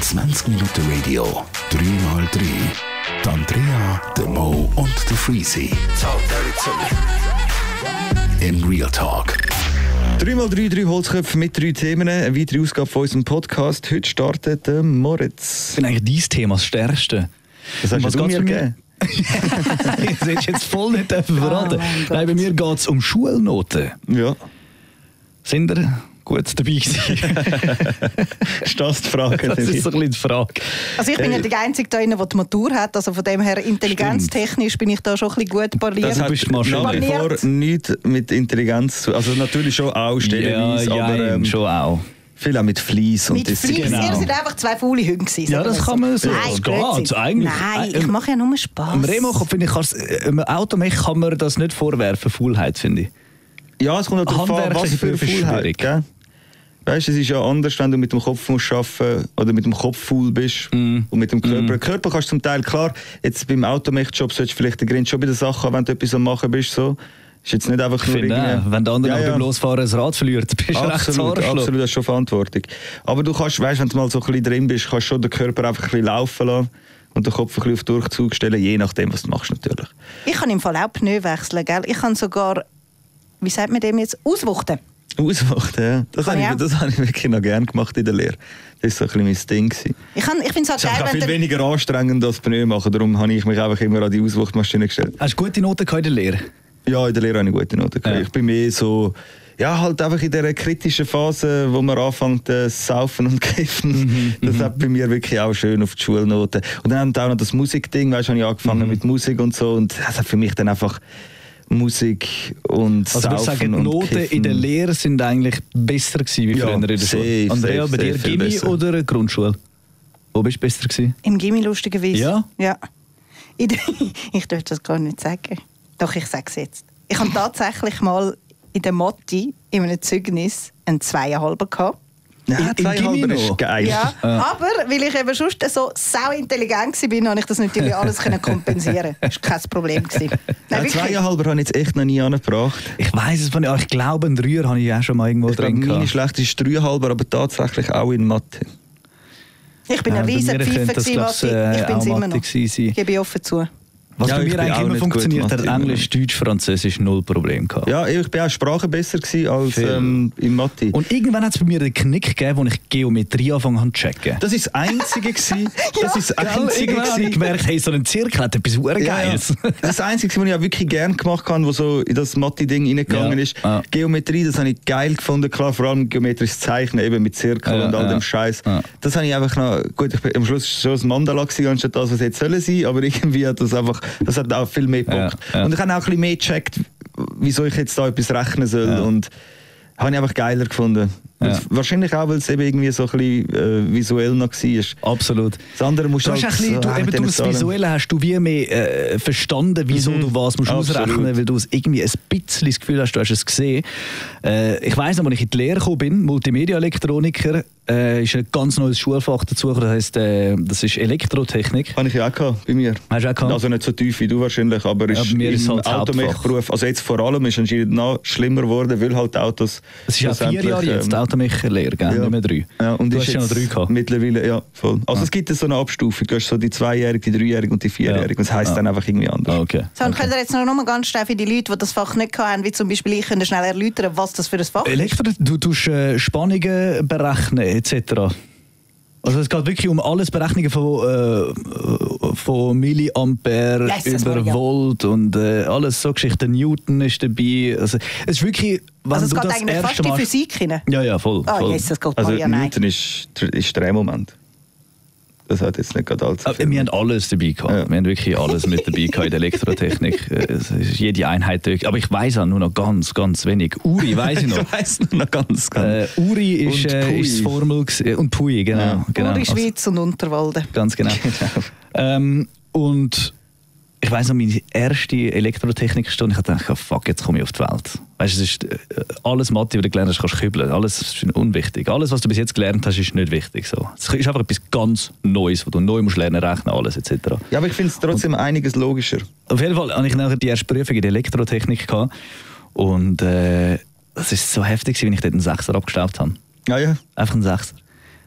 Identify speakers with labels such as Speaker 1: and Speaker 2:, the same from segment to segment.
Speaker 1: 20 Minuten Radio, 3x3. Die Andrea, der Mo und der Freezy. In Real Talk.
Speaker 2: 3x3, 3 Holzköpfe mit drei Themen. Eine weitere Ausgabe von unserem Podcast. Heute startet der Moritz.
Speaker 3: Ich finde eigentlich dein Thema das stärkste.
Speaker 2: Das hast
Speaker 3: Um Was
Speaker 2: du
Speaker 3: geht's
Speaker 2: mir
Speaker 3: bei mir?
Speaker 2: gegeben.
Speaker 3: das hättest du jetzt voll nicht dürfen verraten. Nein, bei mir geht es um Schulnoten.
Speaker 2: Ja,
Speaker 3: Sind ihr gut dabei gewesen?
Speaker 2: ist das die Frage?
Speaker 3: das ist so ein bisschen die Frage.
Speaker 4: Also ich bin
Speaker 3: Äh,
Speaker 4: ja die Einzige da drinnen, die die Matur hat. Also von dem her, intelligenztechnisch bin ich da schon ein bisschen gut parliert.
Speaker 2: das
Speaker 3: Du
Speaker 2: hat
Speaker 3: bist mal
Speaker 2: nach wie vor
Speaker 4: Pariert.
Speaker 2: nichts mit Intelligenz zu Also natürlich schon auch
Speaker 3: Ja,
Speaker 2: stellenweise, aber
Speaker 3: ja,
Speaker 2: ähm,
Speaker 3: schon auch.
Speaker 2: viel auch mit Fleiss und
Speaker 4: mit Fleiss,
Speaker 2: Disziplin.
Speaker 3: Genau.
Speaker 4: ihr seid einfach zwei faule Hunde gewesen.
Speaker 3: Ja,
Speaker 4: sagen
Speaker 3: das
Speaker 4: wir
Speaker 3: kann man so.
Speaker 4: Nein,
Speaker 3: Das
Speaker 4: Blödsinn.
Speaker 3: geht eigentlich.
Speaker 4: Nein,
Speaker 3: Ähm,
Speaker 4: ich mache ja nur Spass.
Speaker 3: Im Remo finde ich, kann's- äh, im Automech kann man das nicht vorwerfen, Faulheit, finde ich.
Speaker 2: Ja, es kommt auch darauf an, was
Speaker 3: Handwerkliche
Speaker 2: für eine
Speaker 3: Prüfung ist
Speaker 2: Faulheit.
Speaker 3: schwierig.
Speaker 2: gell? Weißt du, es ist ja anders, wenn du mit dem Kopf musst arbeiten oder mit dem Kopf faul bist
Speaker 3: Mm.
Speaker 2: und mit dem Körper. Körper kannst du zum Teil, klar, jetzt beim Automech-Job solltest du vielleicht den Grind schon bei der Sache haben, wenn du etwas am Machen bist. So. Ist jetzt nicht einfach
Speaker 3: Ich
Speaker 2: nur
Speaker 3: finde,
Speaker 2: irgendwie-
Speaker 3: auch, wenn der andere
Speaker 2: Ja,
Speaker 3: aber
Speaker 2: ja.
Speaker 3: beim Losfahren das Rad verliert, bist du recht zu
Speaker 2: Absolut,
Speaker 3: Arschloch.
Speaker 2: absolut, das ist schon Verantwortung. Aber du kannst, weißt, wenn du mal so ein bisschen drin bist, kannst du schon den Körper einfach ein bisschen laufen lassen und den Kopf ein bisschen auf Durchzug stellen, je nachdem, was du machst natürlich.
Speaker 4: Ich kann im Fall auch Pneu wechseln, gell? Ich kann sogar, wie sagt man dem jetzt, auswuchten.
Speaker 2: Auswacht, ja. Das
Speaker 4: Kann
Speaker 2: habe ich,
Speaker 4: ich auch.
Speaker 2: das habe ich wirklich noch gerne gemacht in der Lehre. Das war so ein bisschen mein Ding. gewesen.
Speaker 4: Ich, kann- ich finde es
Speaker 2: Es
Speaker 4: auch
Speaker 2: ist
Speaker 4: geil,
Speaker 2: auch
Speaker 4: wenn
Speaker 2: viel
Speaker 4: der-
Speaker 2: weniger anstrengend als Pneu machen, darum habe ich mich einfach immer an die Auswachtmaschine gestellt.
Speaker 3: Hast du gute Noten gehabt in der Lehre?
Speaker 2: Ja, in der Lehre habe ich gute Noten. Ja.
Speaker 3: Ja.
Speaker 2: Ich bin mehr so, ja, halt einfach in dieser kritischen Phase, wo man anfängt äh, zu saufen und kiffen. das hat bei mir wirklich auch schön auf die Schulnoten. Und dann haben wir auch noch das Musikding, weißt du, habe ich angefangen mit Musik und so und das hat für mich dann einfach Musik und
Speaker 3: Also ich
Speaker 2: Saufen
Speaker 3: sagen, die
Speaker 2: und
Speaker 3: Noten
Speaker 2: Kiffen.
Speaker 3: in der Lehre sind eigentlich besser gewesen wie
Speaker 2: Ja,
Speaker 3: früher in der Schule.
Speaker 2: safe,
Speaker 3: Andrea, bei
Speaker 2: safe,
Speaker 3: dir
Speaker 2: safe, viel
Speaker 3: Gimmi
Speaker 2: besser.
Speaker 3: oder Grundschule? Wo bist du besser gewesen?
Speaker 4: Im Gimmi lustigerweise.
Speaker 3: Ja?
Speaker 4: Ja. In der- Ich darf das gar nicht sagen. Doch, ich sage es jetzt. Ich habe tatsächlich mal in der Motti in einem Zeugnis einen Zweieinhalber gehabt.
Speaker 2: Nein,
Speaker 3: Im- im
Speaker 2: zweieinhalber
Speaker 3: Gimmi
Speaker 2: ist
Speaker 3: noch?
Speaker 2: geil.
Speaker 4: Ja,
Speaker 3: Äh.
Speaker 4: aber weil ich eben sonst so sau intelligent war, bin, habe ich das natürlich alles können kompensieren. Das war kein Problem. gewesen. Nein,
Speaker 2: Ja,
Speaker 4: wirklich.
Speaker 2: zweieinhalber habe ich jetzt echt noch nie angebracht.
Speaker 3: Ich weiß es von nicht, aber ich glaube, einen Dreier habe ich auch schon mal irgendwo
Speaker 2: Ich glaube,
Speaker 3: drin
Speaker 2: meine
Speaker 3: gehabt.
Speaker 2: schlechteste ist dreieinhalber, aber tatsächlich auch in Mathe.
Speaker 4: Ich bin
Speaker 3: Ja,
Speaker 4: ein
Speaker 3: bei
Speaker 4: riesen
Speaker 3: mir könnte
Speaker 4: Pfeifer,
Speaker 3: das,
Speaker 4: gewesen,
Speaker 3: glaub's,
Speaker 4: Matti.
Speaker 3: äh,
Speaker 4: Ich bin es
Speaker 3: auch
Speaker 4: immer
Speaker 3: Matti
Speaker 4: noch.
Speaker 3: gewesen.
Speaker 4: Gebe ich offen zu.
Speaker 3: Was
Speaker 2: Ja,
Speaker 3: bei
Speaker 2: ich
Speaker 3: mir
Speaker 2: bin auch
Speaker 3: eigentlich immer
Speaker 2: nicht gut
Speaker 3: funktioniert hat,
Speaker 2: Mathe.
Speaker 3: Englisch, Deutsch, Französisch, null Problem gehabt.
Speaker 2: Ja, ich bin auch Sprache besser gewesen als
Speaker 3: Viel.
Speaker 2: ähm, in Mathe.
Speaker 3: Und irgendwann hat es bei mir einen Knick gegeben, wo ich Geometrie angefangen habe zu checken.
Speaker 2: das ist das Einzige gewesen. Das ist das
Speaker 3: Gell,
Speaker 2: Einzige
Speaker 3: irgendwann habe ich
Speaker 2: gewesen.
Speaker 3: gemerkt, hey, so ein Zirkel hat etwas verdammt
Speaker 2: Ja, ja.
Speaker 3: Geiles.
Speaker 2: Das ist das Einzige, was ich auch wirklich gerne gemacht habe, wo so in das Mathe-Ding reingegangen
Speaker 3: Ja,
Speaker 2: ist.
Speaker 3: ja.
Speaker 2: Geometrie, das habe ich geil gefunden. Klar, vor allem geometrisches Zeichnen, eben mit Zirkel
Speaker 3: Ja,
Speaker 2: und all
Speaker 3: ja.
Speaker 2: dem Scheiß.
Speaker 3: Ja.
Speaker 2: Das habe ich einfach noch. Gut, ich bin, am Schluss war es schon ein Mandala, gewesen, anstatt das, was jetzt sollen sein. Aber irgendwie hat das einfach. Das hat auch viel mehr gepackt.
Speaker 3: Ja, ja.
Speaker 2: Und ich habe auch ein bisschen mehr gecheckt, wieso ich jetzt da etwas rechnen soll. Und habe ich einfach geiler gefunden. Und
Speaker 3: Ja.
Speaker 2: Wahrscheinlich auch, weil es eben irgendwie so ein bisschen äh, visuell noch war.
Speaker 3: Absolut.
Speaker 2: Das andere musst
Speaker 3: Du, hast
Speaker 2: halt
Speaker 3: ein bisschen,
Speaker 2: so
Speaker 3: du,
Speaker 2: auch
Speaker 3: eben
Speaker 2: mit
Speaker 3: durch
Speaker 2: diesen
Speaker 3: das
Speaker 2: Zahlen.
Speaker 3: Visuelle hast du wie mehr äh, verstanden, wieso du was musst
Speaker 2: Mhm. Absolut.
Speaker 3: ausrechnen weil du es irgendwie ein bisschen das Gefühl hast, du hast es gesehen. Äh, ich weiss noch, als ich in die Lehre gekommen bin, Multimedia-Elektroniker, äh, ist ein ganz neues Schulfach dazu, gekommen, das heisst, äh, das ist Elektrotechnik.
Speaker 2: Habe ich ja auch gehabt, bei mir.
Speaker 3: Hast du auch gehabt?
Speaker 2: Also nicht so tief wie du wahrscheinlich, aber
Speaker 3: Ja,
Speaker 2: ist
Speaker 3: bei mir ist es
Speaker 2: im
Speaker 3: halt das
Speaker 2: Automech-Beruf, also jetzt vor allem ist anscheinend noch schlimmer geworden, weil halt Autos...
Speaker 3: Das ist ja vier Jahre
Speaker 2: schlussendlich,
Speaker 3: jetzt,
Speaker 2: ähm,
Speaker 3: Automecher-Lehre, gell? nicht mehr drei.
Speaker 2: Ja, und
Speaker 3: du
Speaker 2: ist
Speaker 3: hast ja noch
Speaker 2: jetzt
Speaker 3: drei gehabt.
Speaker 2: Mittlerweile, ja, voll. Also es gibt so eine Abstufung, du hast so die Zweijährige, die Dreijährige und die Vierjährige, und das heisst
Speaker 3: Ja.
Speaker 2: dann einfach irgendwie anders.
Speaker 3: Ah, okay.
Speaker 4: So, und könnt ihr jetzt noch mal ganz schnell für die Leute, die das Fach nicht hatten, wie zum Beispiel ich, könnt ihr schnell erläutern, was das für ein Fach ist?
Speaker 3: Elektro, du tust äh, Spannungen berechnen etc. Also es geht wirklich um alles Berechnungen von, äh, von Milliampere
Speaker 4: Jesus,
Speaker 3: über
Speaker 4: Maria.
Speaker 3: Volt und äh, alles so Geschichten. Newton ist dabei. Also es ist wirklich, wenn
Speaker 4: Also es
Speaker 3: du
Speaker 4: geht
Speaker 3: das
Speaker 4: eigentlich
Speaker 3: erste
Speaker 4: fast in
Speaker 3: Mal-
Speaker 4: Physik hinein.
Speaker 3: Ja, ja, voll.
Speaker 4: Ah,
Speaker 3: voll.
Speaker 4: Jesus, Gott,
Speaker 2: Also
Speaker 4: Maria, nein.
Speaker 2: Newton ist, ist der Drehmoment. Das hat jetzt nicht gerade allzu
Speaker 3: Äh, Wir haben alles dabei gehabt.
Speaker 2: Ja.
Speaker 3: Wir haben wirklich alles mit dabei gehabt in der Elektrotechnik. Äh, es ist jede Einheit durch. Aber ich weiß auch nur noch ganz, ganz wenig. Uri weiß ich noch.
Speaker 2: Ich weiss nur noch ganz, ganz...
Speaker 3: Äh, Uri ist,
Speaker 2: Und
Speaker 3: äh, ist
Speaker 2: Pui.
Speaker 3: Formel gewesen- äh, und Pui, genau.
Speaker 2: Ja.
Speaker 3: genau.
Speaker 4: Uri,
Speaker 3: Also-
Speaker 4: Schweiz und Unterwalden.
Speaker 3: Ganz genau. ähm, und ich weiß noch, meine erste Elektrotechnikstunde, ich dachte, oh, fuck, jetzt komme ich auf die Welt. Weißt du, es ist äh, alles Mathe, was du gelernt hast, kannst du kübeln. Alles ist unwichtig. Alles, was du bis jetzt gelernt hast, ist nicht wichtig. So. Es ist einfach etwas ganz Neues, was du neu musst lernen, rechnen, alles etc.
Speaker 2: Ja, aber ich finde es trotzdem einiges logischer.
Speaker 3: Auf jeden Fall hatte ich nachher die erste Prüfung in der Elektrotechnik gehabt. und äh, das ist so heftig, gewesen, wenn ich dort einen Sechser abgestaubt habe.
Speaker 2: Ja, ja.
Speaker 3: Einfach ein Sechser.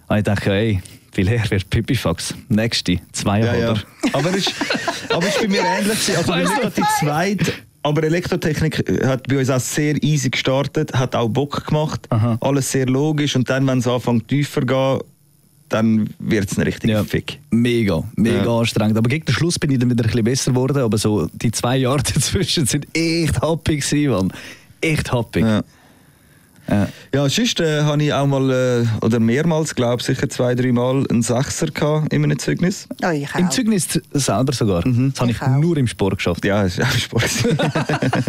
Speaker 3: Und ich dachte, ey, viel her wird Pipifax. Nächste,
Speaker 2: ja,
Speaker 3: zweieinhalber.
Speaker 2: ja. Aber es ist, aber es ist bei mir ähnlich. gewesen. Also bei mir hat die zweite. Aber Elektrotechnik äh, hat bei uns auch sehr easy gestartet, hat auch Bock gemacht.
Speaker 3: Aha.
Speaker 2: Alles sehr logisch. Und dann, wenn es anfängt tiefer zu gehen, dann wird es ein richtiger
Speaker 3: Ja.
Speaker 2: Fick.
Speaker 3: Mega, mega
Speaker 2: Ja.
Speaker 3: anstrengend. Aber gegen den Schluss bin ich dann wieder ein bisschen besser geworden. Aber so die zwei Jahre dazwischen sind echt happig gewesen, Mann. Echt happig.
Speaker 2: Ja.
Speaker 3: Ja.
Speaker 2: Ja, sonst äh, habe ich auch mal, äh, oder mehrmals, glaube ich, sicher zwei, drei Mal einen Sechser gehabt in einem Zeugnis.
Speaker 4: Oh, ich
Speaker 3: Im
Speaker 4: auch.
Speaker 3: Zeugnis selber sogar. Das habe ich
Speaker 4: Ich auch.
Speaker 3: nur im Sport geschafft.
Speaker 2: Mhm. Ja, das ist auch Sport.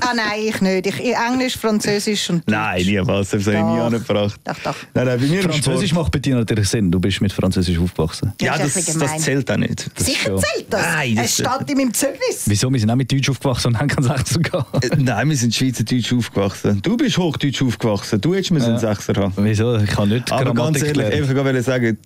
Speaker 4: Ah nein, ich nicht. Ich, ich- Englisch, Französisch und
Speaker 2: Nein,
Speaker 4: Deutsch.
Speaker 2: niemals. Das habe ich nie
Speaker 4: Doch.
Speaker 2: angebracht.
Speaker 4: Doch, doch.
Speaker 2: Nein, nein, bei mir im
Speaker 3: Französisch
Speaker 2: Sport.
Speaker 3: macht bei dir natürlich Sinn. Du bist mit Französisch aufgewachsen.
Speaker 2: Ja,
Speaker 4: Das
Speaker 2: das,
Speaker 4: ist ein bisschen
Speaker 2: das
Speaker 4: gemein.
Speaker 2: zählt auch nicht. Das ist
Speaker 4: Sicher
Speaker 2: schon-
Speaker 4: zählt das.
Speaker 2: Nein, das
Speaker 4: es steht in meinem Zeugnis.
Speaker 3: Wieso? Wir sind auch mit Deutsch aufgewachsen und haben keinen Sechser gehabt.
Speaker 2: Äh, Nein, wir sind Schweizerdeutsch aufgewachsen. Du bist Hochdeutsch aufgewachsen. Du hättest mir einen
Speaker 3: Ja.
Speaker 2: Sechser haben.
Speaker 3: Wieso? Ich kann nicht
Speaker 2: Aber
Speaker 3: Grammatik
Speaker 2: ganz ehrlich,
Speaker 3: lernen.
Speaker 2: einfach wollte ich sagen,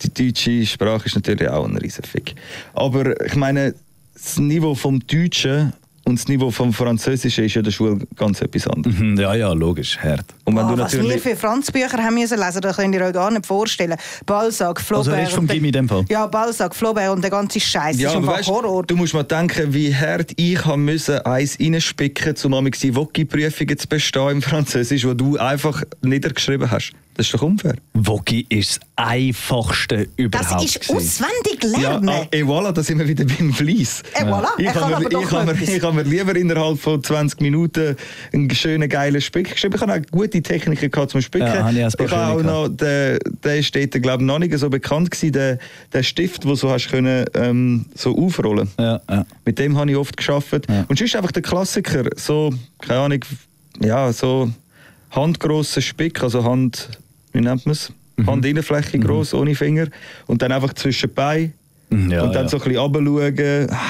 Speaker 2: die deutsche Sprache ist natürlich auch ein Riesenfick. Aber ich meine, das Niveau vom Deutschen und das Niveau vom Französischen ist ja in der Schule ganz etwas anderes.
Speaker 3: Mhm, Ja, ja, logisch, hart.
Speaker 2: Und wenn
Speaker 4: Oh,
Speaker 2: du
Speaker 4: was wir
Speaker 2: natürlich...
Speaker 4: für Franzbücher haben müssen lesen, das könnt ihr euch gar nicht vorstellen. Balzac, Flaubert.
Speaker 3: redest du Also, vom
Speaker 4: und der-
Speaker 3: Gimmi in dem Fall?
Speaker 4: Ja, Balzac, Flaubert und der ganze Scheiß. das ist
Speaker 2: aber
Speaker 4: einfach
Speaker 2: weisst,
Speaker 4: Horror.
Speaker 2: du musst mal denken, wie hart ich haben müssen, eins reinspicken, um amigs die Wocki-Prüfungen zu bestehen im Französisch, wo du einfach niedergeschrieben hast. Das ist doch unfair.
Speaker 3: Wogi ist das einfachste
Speaker 4: Das
Speaker 3: überhaupt.
Speaker 4: ist
Speaker 3: gewesen.
Speaker 4: auswendig
Speaker 2: Ja,
Speaker 4: lernen.
Speaker 2: ah, et voilà, da sind wir wieder beim Fleiss.
Speaker 4: Et voilà,
Speaker 2: Ich
Speaker 4: er kann
Speaker 2: habe
Speaker 4: aber
Speaker 2: mir,
Speaker 4: doch
Speaker 2: ich habe
Speaker 4: noch
Speaker 2: mir,
Speaker 4: etwas.
Speaker 2: ich habe mir lieber innerhalb von 20 Minuten einen schönen, geilen Spick geschrieben. Ich habe auch gute Techniken gehabt zum Spicken.
Speaker 3: Ja, habe ich auch ein paar
Speaker 2: habe auch
Speaker 3: schöne
Speaker 2: noch, der, der ist dort, glaube ich, noch nicht so bekannt gewesen, der, der Stift, den du hast können, ähm, so aufrollen
Speaker 3: Ja, ja.
Speaker 2: Mit dem habe ich oft geschafft.
Speaker 3: Ja.
Speaker 2: Und sonst einfach der Klassiker, so, keine Ahnung, ja, so handgrosser Spick, also Hand, wie nennt man es?
Speaker 3: Mhm.
Speaker 2: Handinnenfläche gross, ohne Finger. Und dann einfach zwischen die Beine.
Speaker 3: Mhm, Ja,
Speaker 2: und dann
Speaker 3: ja.
Speaker 2: so ein bisschen runterschauen. Ah,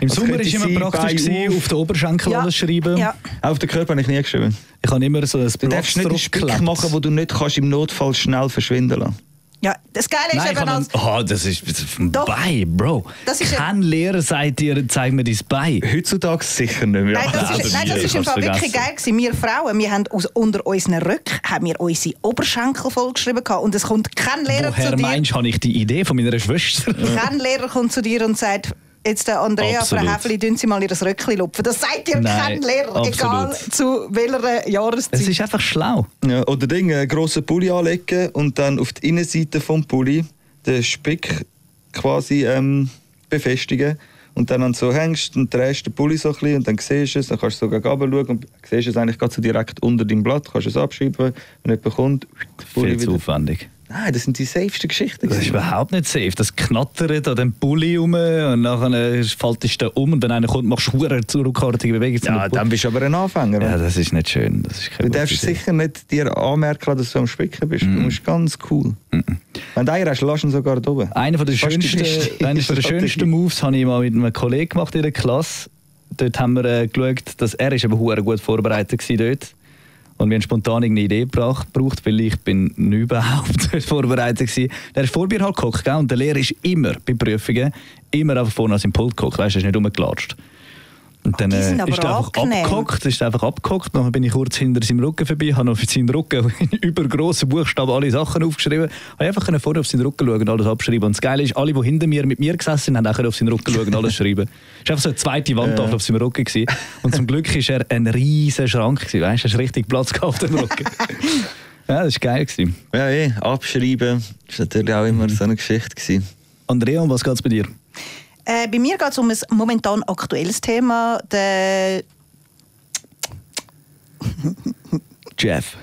Speaker 3: Im
Speaker 2: was
Speaker 3: Sommer
Speaker 2: könnte
Speaker 3: ist immer
Speaker 2: sein?
Speaker 3: praktisch,
Speaker 2: Beine
Speaker 3: gewesen, auf, den Oberschenkel
Speaker 4: Ja.
Speaker 3: alles schreiben.
Speaker 4: Ja.
Speaker 2: Auch Auf den Körper habe ich nie geschrieben.
Speaker 3: Ich habe immer so ein
Speaker 2: Du darfst nicht einen Spick machen, wo du nicht kannst, im Notfall schnell verschwinden lassen
Speaker 4: Ja, das Geile ist
Speaker 3: Nein, ich
Speaker 4: eben,
Speaker 3: habe einen,
Speaker 4: als,
Speaker 3: oh, das ist das ist ein
Speaker 4: Doch.
Speaker 3: Bein, Bro.
Speaker 4: Das ist
Speaker 3: Kein Lehrer sagt dir, zeig mir dein Bein.
Speaker 2: Heutzutage sicher nicht mehr.
Speaker 4: Nein, das
Speaker 3: Ja,
Speaker 4: ist,
Speaker 3: also
Speaker 4: nein,
Speaker 3: wir-
Speaker 4: das ist im
Speaker 3: kannst
Speaker 4: Fall
Speaker 3: vergessen.
Speaker 4: wirklich geil gewesen. Wir Frauen, wir haben aus, unter unseren Rücken haben wir unsere Oberschenkel vollgeschrieben gehabt und es kommt kein Lehrer zu
Speaker 3: Woher
Speaker 4: dir.
Speaker 3: meinst du, habe ich die Idee von meiner Schwester?
Speaker 4: Kein Lehrer kommt zu dir und sagt, jetzt der Andrea, Frau
Speaker 3: Absolut.
Speaker 4: Häfli, tun Sie mal Ihr Röckchen lupfen. Das sagt dir
Speaker 3: Nein,
Speaker 4: kein Lehrer,
Speaker 3: absolut.
Speaker 4: egal zu welcher
Speaker 3: Es
Speaker 4: Jahreszeit.
Speaker 3: ist einfach schlau.
Speaker 2: Ja, oder Ding, einen grossen Pulli anlegen und dann auf der Innenseite vom Pulli den Spick quasi ähm, befestigen. Und dann, wenn du so hängst, dann drehst du den Pulli so ein bisschen und dann siehst du es, dann kannst du sogar runter schauen und siehst es eigentlich gerade so direkt unter deinem Blatt, kannst es abschreiben, wenn jemand kommt, den
Speaker 3: Viel
Speaker 2: Pulli
Speaker 3: zu
Speaker 2: wieder.
Speaker 3: aufwendig.
Speaker 2: Nein, das sind die safesten Geschichten.
Speaker 3: Das ist überhaupt nicht safe. Das knattert an dem Pulli rum und nachher faltest du den um und wenn einer kommt, machst du eine zurückartige Bewegung. zu
Speaker 2: Ja,
Speaker 3: dem Pulli.
Speaker 2: dann bist du aber ein Anfänger.
Speaker 3: ja, das ist nicht schön. Das ist keine
Speaker 2: Du
Speaker 3: gute
Speaker 2: darfst
Speaker 3: Idee.
Speaker 2: sicher nicht dir anmerken, dass du am Spicken bist.
Speaker 3: Mhm.
Speaker 2: Du musst ganz cool. Wenn du Eier hast, lass ihn sogar da oben.
Speaker 3: Einer von der
Speaker 2: Fast die
Speaker 3: schönsten,
Speaker 2: beste
Speaker 3: einer von der
Speaker 2: Strategie.
Speaker 3: schönsten Moves habe ich mal mit einem Kollegen gemacht in der Klasse. Dort haben wir äh, geschaut, dass er ist eben hure gut vorbereitet war dort. Und wir haben spontan irgendeine Idee gebracht, gebraucht, weil ich bin nicht überhaupt dort vorbereitet war. Der ist vor mir halt gehockt, gell? und der Lehrer ist immer bei Prüfungen immer einfach vorne an seinem Pult gehockt, weißt du, er ist nicht rumgelatscht. Und dann
Speaker 4: die
Speaker 3: äh,
Speaker 4: sind
Speaker 3: ist er
Speaker 4: aber
Speaker 3: einfach
Speaker 4: angenehm.
Speaker 3: abgehockt, ist einfach abgehockt. Nachher bin ich kurz hinter seinem Rücken vorbei, habe auf seinen Rücken in übergrossen Buchstaben alle Sachen aufgeschrieben. Habe einfach können vorne auf seinen Rücken schauen und alles abschreiben. Und das Geile ist, alle, die hinter mir mit mir gesessen sind, haben auch können auf seinen Rücken schauen und alles schreiben. Es war einfach so eine zweite Wandtafel auf seinem Rücken. Gewesen. Und zum Glück war er ein riesen Schrank. Gewesen, weißt? du, Er hat richtig Platz gehabt auf dem Rücken. ja, das war geil. Gewesen.
Speaker 2: Ja, eh, abschreiben ist natürlich auch immer so eine Geschichte. Gewesen.
Speaker 3: Andrea, um was geht es bei dir?
Speaker 4: Äh, bei mir geht es um ein momentan aktuelles Thema. Der,
Speaker 3: Jeff.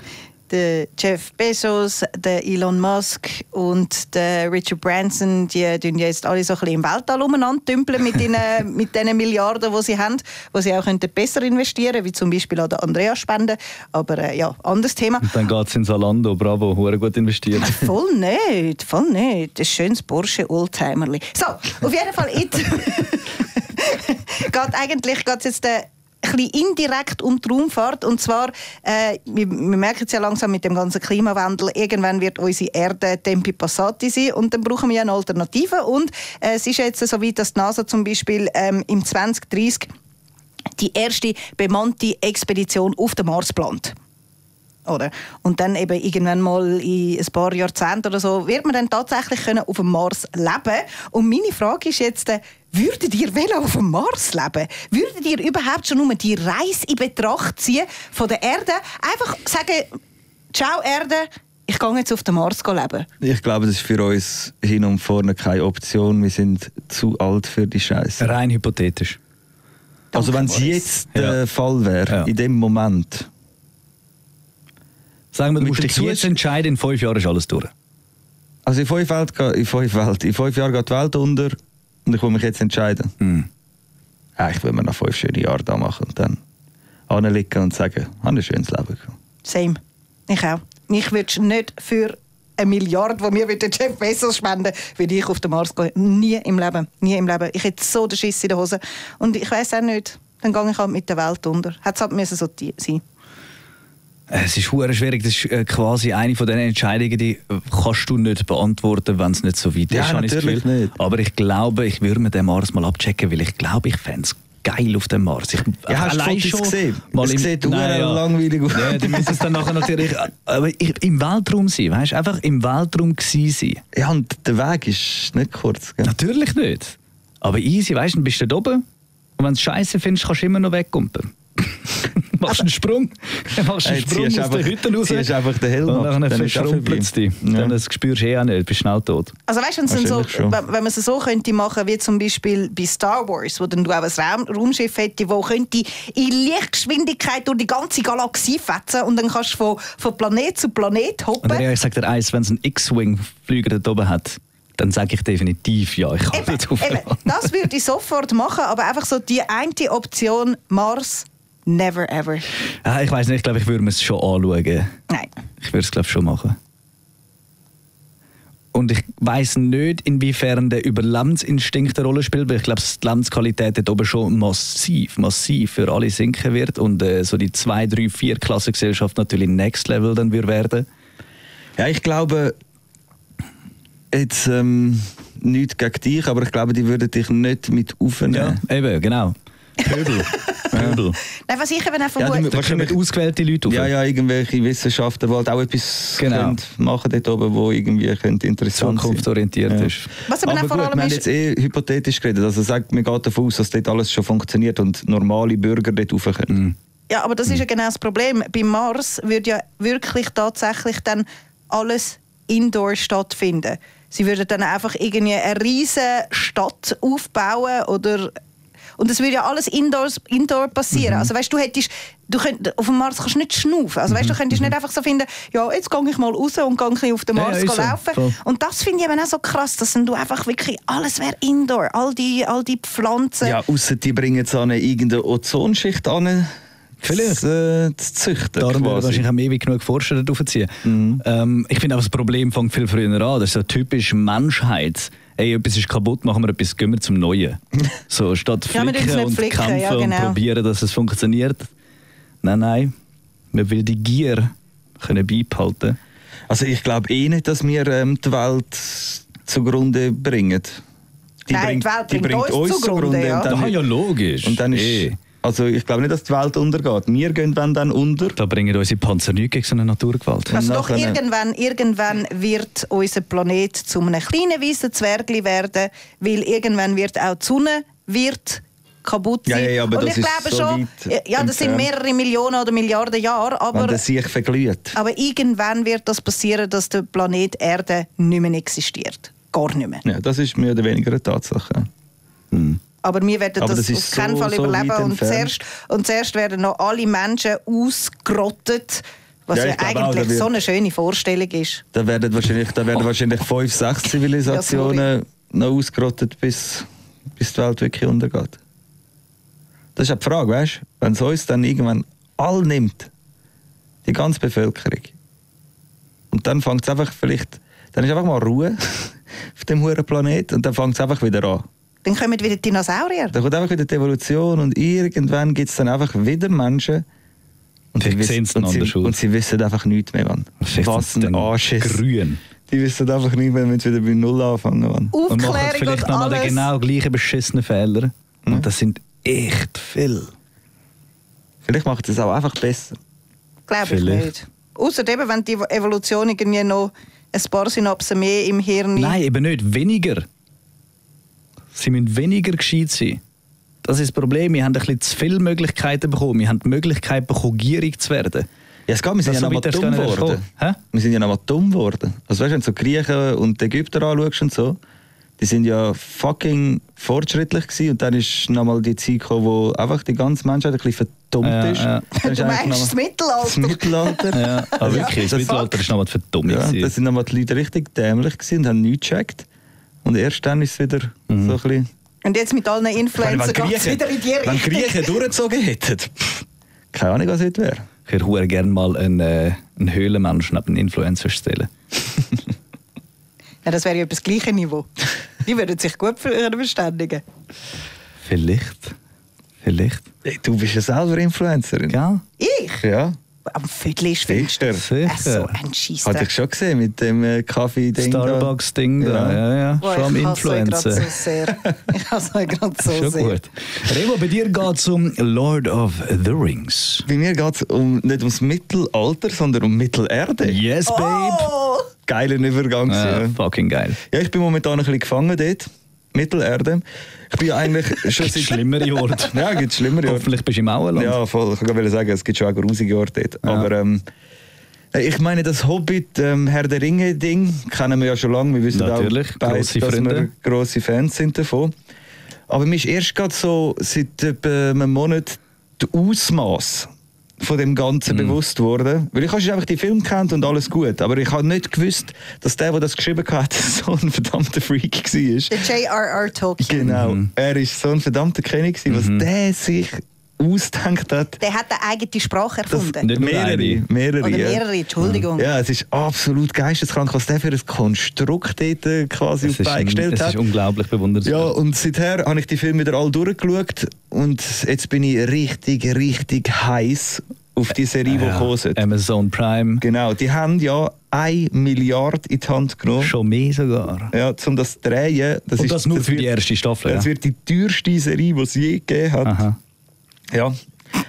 Speaker 4: der Jeff Bezos, der Elon Musk und der Richard Branson, die tun ja jetzt alle so ein bisschen im Weltall umeinander dümpeln mit, ihren- mit den Milliarden, die sie haben, die sie auch könnten besser investieren könnten, wie zum Beispiel an der Andrea spenden. Aber äh, ja, anderes Thema.
Speaker 3: Und dann geht es in Salando. Bravo, hure gut investiert.
Speaker 4: Voll nicht, voll nicht. Ein schönes Porsche Oldtimerli. So, auf jeden Fall jetzt geht eigentlich geht's jetzt äh, ein bisschen indirekt um die Raumfahrt und zwar äh, wir, wir merken es ja langsam mit dem ganzen Klimawandel irgendwann wird unsere Erde Tempi Passati sein und dann brauchen wir ja eine Alternative und äh, es ist ja jetzt so weit, dass die NASA zum Beispiel ähm, im 2030 die erste bemannte Expedition auf den Mars plant. Oder? Und dann eben irgendwann mal in ein paar Jahrzehnten oder so, wird man dann tatsächlich können auf dem Mars leben Und meine Frage ist jetzt, äh, würdet ihr wollen auf dem Mars leben? Würdet ihr überhaupt schon nur die Reise in Betracht ziehen von der Erde? Einfach sagen, ciao Erde, ich gehe jetzt auf den Mars leben.
Speaker 2: Ich glaube, das ist für uns hin und vorne keine Option. Wir sind zu alt für die Scheiße.
Speaker 3: Rein hypothetisch.
Speaker 2: Also wenn
Speaker 4: Danke,
Speaker 2: es
Speaker 4: Boris.
Speaker 2: jetzt
Speaker 3: Ja.
Speaker 2: der Fall wäre,
Speaker 3: Ja.
Speaker 2: in dem Moment,
Speaker 3: Sagen wir, du
Speaker 2: Mit
Speaker 3: musst
Speaker 2: dem
Speaker 3: dich jetzt
Speaker 2: Zusch-
Speaker 3: entscheiden, in fünf Jahren ist alles durch.
Speaker 2: also in fünf, Welt, ge- in fünf, Welt, in fünf Jahren geht die Welt unter und ich will mich jetzt entscheiden. Ja, ich will mir noch fünf schöne Jahre da machen und dann hinlegen und sagen, ich habe ein schönes Leben gehabt.
Speaker 4: Same. Ich auch. Ich würde nicht für eine Milliarde, die mir wieder Jeff Bezos spenden, würde ich auf den Mars gehen. Nie im Leben. Nie im Leben. Ich hätte so den Schiss in der Hose. Und ich weiß auch nicht, dann gehe ich halt mit der Welt unter. Hätte es halt müssen so die- sein
Speaker 3: Es ist hure schwierig, das ist äh, quasi eine von den Entscheidungen, die äh, kannst du nicht beantworten, wenn es nicht so weit
Speaker 2: Ja,
Speaker 3: ist. habe ich das
Speaker 2: natürlich
Speaker 3: Gefühl.
Speaker 2: nicht.
Speaker 3: Aber ich glaube, ich würde mir den Mars mal abchecken, weil ich glaube, ich fände es geil auf dem Mars. Ich,
Speaker 2: Ja, hast du
Speaker 3: allein
Speaker 2: Fotos
Speaker 3: schon
Speaker 2: gesehen?
Speaker 3: mal
Speaker 2: Es
Speaker 3: im-
Speaker 2: sieht hure langweilig aus.
Speaker 3: Ja, die müssen es dann nachher natürlich aber ich, im Weltraum sein, weißt? Einfach im Weltraum gewesen sein.
Speaker 2: Ja, und der Weg ist nicht kurz. Gell?
Speaker 3: Natürlich nicht. Aber easy, weißt du, dann bist du da oben. Und wenn du Scheiße findest, kannst du immer noch wegkumpen. machst einen Sprung, dann machst du einen
Speaker 2: Hey,
Speaker 3: Sprung aus
Speaker 2: ziehst
Speaker 3: den
Speaker 2: einfach-
Speaker 3: Hütten raus.
Speaker 2: ziehst einfach den Helm
Speaker 3: Und
Speaker 2: ab,
Speaker 3: dann
Speaker 2: dann ist auch
Speaker 3: verschrumpelt es dich.
Speaker 2: vorbei. Ja.
Speaker 3: Dann das spürst du eh auch nicht, bist schnell tot.
Speaker 4: Also weißt du, wenn's dann so,
Speaker 2: Wahrscheinlich schon.
Speaker 4: wenn wenn man es so könnte machen, wie zum Beispiel bei Star Wars, wo dann du auch ein Raum, Raumschiff hätte, wo könnte in Lichtgeschwindigkeit durch die ganze Galaxie fetzen und dann kannst du von, von Planet zu Planet
Speaker 3: Und
Speaker 4: hoppen.
Speaker 3: dann, ich sag dir eins, wenn es einen X-Wing-Flüger da oben hat, dann sage ich definitiv ja, ich kann
Speaker 4: Eben,
Speaker 3: nicht auf
Speaker 4: eben, das würde ich sofort machen, aber einfach so die eine Option Mars, never ever.
Speaker 3: ah, Ich weiß nicht, ich glaube, ich würde mir es schon anschauen.
Speaker 4: Nein.
Speaker 3: Ich würde es, glaube ich, schon machen. Und ich weiß nicht, inwiefern der Überlebensinstinkt eine Rolle spielt, weil ich glaube, die Lebensqualität dort oben schon massiv, massiv für alle sinken wird und äh, so die 2, 3, 4 Klassengesellschaft natürlich Next Level dann wird werden.
Speaker 2: Ja, ich glaube, jetzt ähm, nichts gegen dich, aber ich glaube, die würden dich nicht mit aufnehmen.
Speaker 3: eben, genau. Pöbel. Pöbel.
Speaker 4: Nein, was ich eben auch
Speaker 2: Ja,
Speaker 4: vermute,
Speaker 2: die-
Speaker 3: Da kommen
Speaker 2: Wahrscheinlich-
Speaker 3: ausgewählte Leute auf.
Speaker 2: Ja, ja, irgendwelche Wissenschaftler, die halt auch etwas
Speaker 3: Genau.
Speaker 2: können machen dort oben, wo irgendwie könnte interessant
Speaker 3: Zukunftsorientiert
Speaker 2: sein.
Speaker 3: ist.
Speaker 4: Was aber auch vor
Speaker 2: gut,
Speaker 4: allem
Speaker 2: wir haben
Speaker 4: ist-
Speaker 2: jetzt eh hypothetisch geredet. Also sagt, man geht davon aus, dass dort alles schon funktioniert und normale Bürger dort rauf können.
Speaker 3: Mhm.
Speaker 4: ja, aber das
Speaker 3: Hm.
Speaker 4: ist ja genau das Problem. Beim Mars würde ja wirklich tatsächlich dann alles indoor stattfinden. Sie würden dann einfach irgendwie eine riesige Stadt aufbauen oder und es würde ja alles indoors, indoor passieren.
Speaker 3: Mhm.
Speaker 4: Also weißt du, hättest, du könnt, auf dem Mars kannst du nicht schnaufen. Also weißt
Speaker 3: Mhm.
Speaker 4: du, du könntest nicht einfach so finden, ja, jetzt gehe ich mal raus und gehe ein bisschen auf den
Speaker 3: Ja, ja,
Speaker 4: Mars
Speaker 3: ist so.
Speaker 4: laufen.
Speaker 3: Voll.
Speaker 4: Und das finde ich eben auch so krass, dass dann du einfach wirklich alles wäre indoor, all die, all die Pflanzen.
Speaker 2: Ja, außer die bringen jetzt an irgendeine Ozonschicht an.
Speaker 3: Vielleicht.
Speaker 2: Zu, äh, zu züchten.
Speaker 3: Darum würde
Speaker 2: quasi.
Speaker 3: wahrscheinlich am ewig genug Forscher da draufziehen. Ähm, ich finde auch, das Problem fängt viel früher an. Das ist so typisch Menschheit. Ey, etwas ist kaputt, machen wir etwas, gehen wir zum Neuen. So, statt
Speaker 4: Ja, wir
Speaker 3: flicken
Speaker 4: tun's nicht
Speaker 3: und
Speaker 4: flicken,
Speaker 3: kämpfen
Speaker 4: ja,
Speaker 3: und
Speaker 4: genau.
Speaker 3: probieren, dass es funktioniert. Nein, nein. Man will die Gier können beibehalten.
Speaker 2: Also ich glaube eh nicht, dass wir ähm, die Welt zugrunde bringen.
Speaker 4: Nein, die Welt bringt uns zugrunde, ja.
Speaker 2: Und
Speaker 3: Ah,
Speaker 2: dann,
Speaker 3: logisch.
Speaker 2: und dann ist,
Speaker 3: Ey,
Speaker 2: also ich glaube nicht, dass die Welt untergeht. Wir gehen wenn dann unter.
Speaker 3: Da bringen unsere Panzer nichts gegen so eine Naturgewalt.
Speaker 4: Also doch,
Speaker 2: nachher-
Speaker 4: irgendwann, irgendwann wird unser Planet zu einem kleinen weißen Zwergli werden, weil irgendwann wird auch die Sonne wird kaputt
Speaker 2: Ja,
Speaker 4: sein.
Speaker 2: ja, ja, aber
Speaker 4: Und
Speaker 2: das
Speaker 4: ich
Speaker 2: ist
Speaker 4: glaube
Speaker 2: so
Speaker 4: schon,
Speaker 2: weit
Speaker 4: ja, das sind
Speaker 2: entfernt.
Speaker 4: mehrere Millionen oder Milliarden Jahre,
Speaker 2: wenn
Speaker 4: aber,
Speaker 2: der sich verglüht.
Speaker 4: aber irgendwann wird das passieren, dass der Planet Erde nicht mehr existiert. Gar nicht mehr.
Speaker 2: Ja, das ist mehr oder weniger eine Tatsache.
Speaker 3: Hm.
Speaker 4: Aber wir werden
Speaker 2: Aber
Speaker 4: das,
Speaker 2: das
Speaker 4: auf
Speaker 2: ist
Speaker 4: keinen
Speaker 2: so-
Speaker 4: Fall
Speaker 2: so
Speaker 4: überleben.
Speaker 2: weit
Speaker 4: Und
Speaker 2: entfernt.
Speaker 4: zuerst, und zuerst werden noch alle Menschen ausgerottet, was
Speaker 2: Ja,
Speaker 4: ja,
Speaker 2: ich glaube auch,
Speaker 4: eigentlich
Speaker 2: da wird-
Speaker 4: so eine schöne Vorstellung ist.
Speaker 2: Da werden wahrscheinlich, da
Speaker 3: Oh.
Speaker 2: werden wahrscheinlich fünf, sechs Zivilisationen noch ausgerottet, bis, bis die Welt wirklich untergeht. Das ist auch die Frage, weißt du? Wenn es uns dann irgendwann all nimmt, die ganze Bevölkerung, und dann fängt es einfach vielleicht, dann ist einfach mal Ruhe auf dem huren Planet und dann fängt es einfach wieder an.
Speaker 4: Dann kommen wieder die Dinosaurier.
Speaker 2: Dann kommt einfach wieder die Evolution und irgendwann gibt es dann einfach wieder Menschen, und
Speaker 3: Vielleicht
Speaker 2: wissen-
Speaker 3: sehen's dann
Speaker 2: und, sie,
Speaker 3: anders aus.
Speaker 2: und sie wissen einfach nichts mehr, Mann.
Speaker 3: Vielleicht
Speaker 2: Was
Speaker 3: sind's
Speaker 2: ein
Speaker 3: dann
Speaker 2: Anschiss.
Speaker 3: Grün.
Speaker 2: Die wissen einfach nicht mehr, wenn sie wieder bei Null anfangen. Mann.
Speaker 4: Uh.
Speaker 3: Und machen
Speaker 4: Aufklärung
Speaker 3: vielleicht
Speaker 4: und
Speaker 3: nochmal
Speaker 4: alles.
Speaker 3: den genau gleichen beschissenen Fehler.
Speaker 2: Hm.
Speaker 3: Und das sind echt viele.
Speaker 2: Vielleicht macht es auch einfach besser.
Speaker 4: Glaube ich
Speaker 3: Vielleicht.
Speaker 4: nicht. Außer eben, wenn die Evolution irgendwie noch ein paar Synapsen mehr im Hirn.
Speaker 3: Nein, eben nicht. Weniger. Sie müssen weniger gescheit sein. Das ist das Problem. Wir haben ein bisschen zu viele Möglichkeiten bekommen. Wir haben die Möglichkeit bekommen, gierig zu werden.
Speaker 2: Ja, es geht, wir sind
Speaker 3: Das
Speaker 2: ja
Speaker 3: so
Speaker 2: noch mal
Speaker 3: weit darfst du
Speaker 2: dumm
Speaker 3: gar nicht
Speaker 2: geworden.
Speaker 3: kommen. Hä?
Speaker 2: Wir sind ja noch mal dumm geworden. Also weißt du, wenn du so Griechen und Ägypter anschaust und so, die sind ja fucking fortschrittlich gewesen und dann ist noch mal die Zeit gekommen, wo einfach die ganze Menschheit ein bisschen verdummt
Speaker 3: Ja,
Speaker 2: ist.
Speaker 3: ja.
Speaker 2: Dann ist
Speaker 4: Du
Speaker 2: eigentlich
Speaker 4: meinst
Speaker 2: noch
Speaker 4: das
Speaker 2: mal-
Speaker 4: Mittelalter?
Speaker 2: Das Mittelalter.
Speaker 3: Ja, aber
Speaker 2: Ja,
Speaker 3: wirklich, das
Speaker 2: das-
Speaker 3: Mittelalter war nochmal verdammt.
Speaker 2: Ja,
Speaker 3: gewesen.
Speaker 2: das sind nochmal die Leute richtig dämlich gewesen und haben nichts gecheckt. Und erst dann ist es wieder
Speaker 3: Mhm.
Speaker 2: so ein bisschen...
Speaker 4: Und jetzt mit allen
Speaker 2: Ich meine,
Speaker 4: Influencern geht es wieder in die
Speaker 2: wenn
Speaker 4: Richtung.
Speaker 2: Griechen durchgezogen hätten, pff, keine Ahnung, was heute wäre.
Speaker 3: Ich würde hure gerne mal einen, äh, einen Höhlenmenschen neben einen Influencer stellen.
Speaker 4: Ja, das wäre ja etwas gleiche Niveau. Die würden sich gut für verständigen.
Speaker 3: Vielleicht. Vielleicht.
Speaker 2: Hey, du bist ja selber Influencerin.
Speaker 3: Gell?
Speaker 4: Ich?
Speaker 2: Ja,
Speaker 4: Am Viertel ist Fenster.
Speaker 2: sicher.
Speaker 3: Sicher.
Speaker 4: So ein Scheissdreck.
Speaker 2: Hat ich schon gesehen mit dem äh, Kaffee-Ding. da.
Speaker 3: Starbucks-Ding da. Ja, ja.
Speaker 4: Boah,
Speaker 3: Schon am
Speaker 4: Oh, ich hasse
Speaker 3: Influencer.
Speaker 4: euch grad So sehr. Ich hasse euch gerade so
Speaker 3: Schon
Speaker 4: sehr.
Speaker 3: gut. Remo, bei dir geht es um Lord of the Rings.
Speaker 2: Bei mir geht es um, nicht ums Mittelalter, sondern um Mittelerde.
Speaker 3: Yes, Babe!
Speaker 4: Oh!
Speaker 2: Geiler Übergang.
Speaker 3: Ah,
Speaker 2: Ja.
Speaker 3: fucking geil.
Speaker 2: ja, ich bin momentan ein bisschen gefangen dort. Mittelerde. Ich bin ja eigentlich schon seit...
Speaker 3: Schlimmere Orte.
Speaker 2: Ja, gibt schlimmere Orte.
Speaker 3: Hoffentlich bist du im Auenland.
Speaker 2: Ja, voll. Ich wollte sagen, es gibt schon auch grusige Orte dort. Aber ähm, ich meine, das Hobbit, ähm, Herr der Ringe-Ding, kennen wir ja schon lange. Wir wissen
Speaker 3: Natürlich,
Speaker 2: auch beide,
Speaker 3: grosse
Speaker 2: dass wir
Speaker 3: Freunde.
Speaker 2: grosse Fans sind davon. Aber mir ist erst gerade so seit etwa einem Monat das Ausmaß von dem
Speaker 3: Mhm.
Speaker 2: Ganzen bewusst worden. Weil ich habe schon einfach die Film kennt und alles gut. Aber ich habe nicht gewusst, dass der, der das geschrieben hat, so ein verdammter Freak war.
Speaker 4: Der J.R.R. Tolkien.
Speaker 2: Genau.
Speaker 3: Mhm.
Speaker 2: Er war so ein verdammter König, gewesen, was der sich ausgedacht hat.
Speaker 4: Der hat eine eigene Sprache erfunden.
Speaker 3: Nicht nur eine.
Speaker 2: Mehrere. Mehrere.
Speaker 4: Oder
Speaker 2: ja.
Speaker 4: mehrere, Entschuldigung.
Speaker 2: Ja, es ist absolut geisteskrank, was der für ein Konstrukt dort äh, quasi
Speaker 3: Es
Speaker 2: auf die
Speaker 3: ist,
Speaker 2: Beine gestellt
Speaker 3: es
Speaker 2: hat.
Speaker 3: ist unglaublich bewundernswert.
Speaker 2: Ja, und seither habe ich die Filme wieder alle durchgeschaut und jetzt bin ich richtig, richtig heiß auf die Serie, die kommen sollte.
Speaker 3: Amazon Prime.
Speaker 2: Genau, die haben ja 1 Milliarde in die Hand genommen.
Speaker 3: Schon mehr sogar.
Speaker 2: Ja, um das zu drehen. Das
Speaker 3: Und
Speaker 2: ist,
Speaker 3: das nur für
Speaker 2: wird,
Speaker 3: die erste Staffel,
Speaker 2: Das
Speaker 3: ja.
Speaker 2: wird die teuerste Serie, die es je gegeben hat.
Speaker 3: Aha.
Speaker 2: Ja.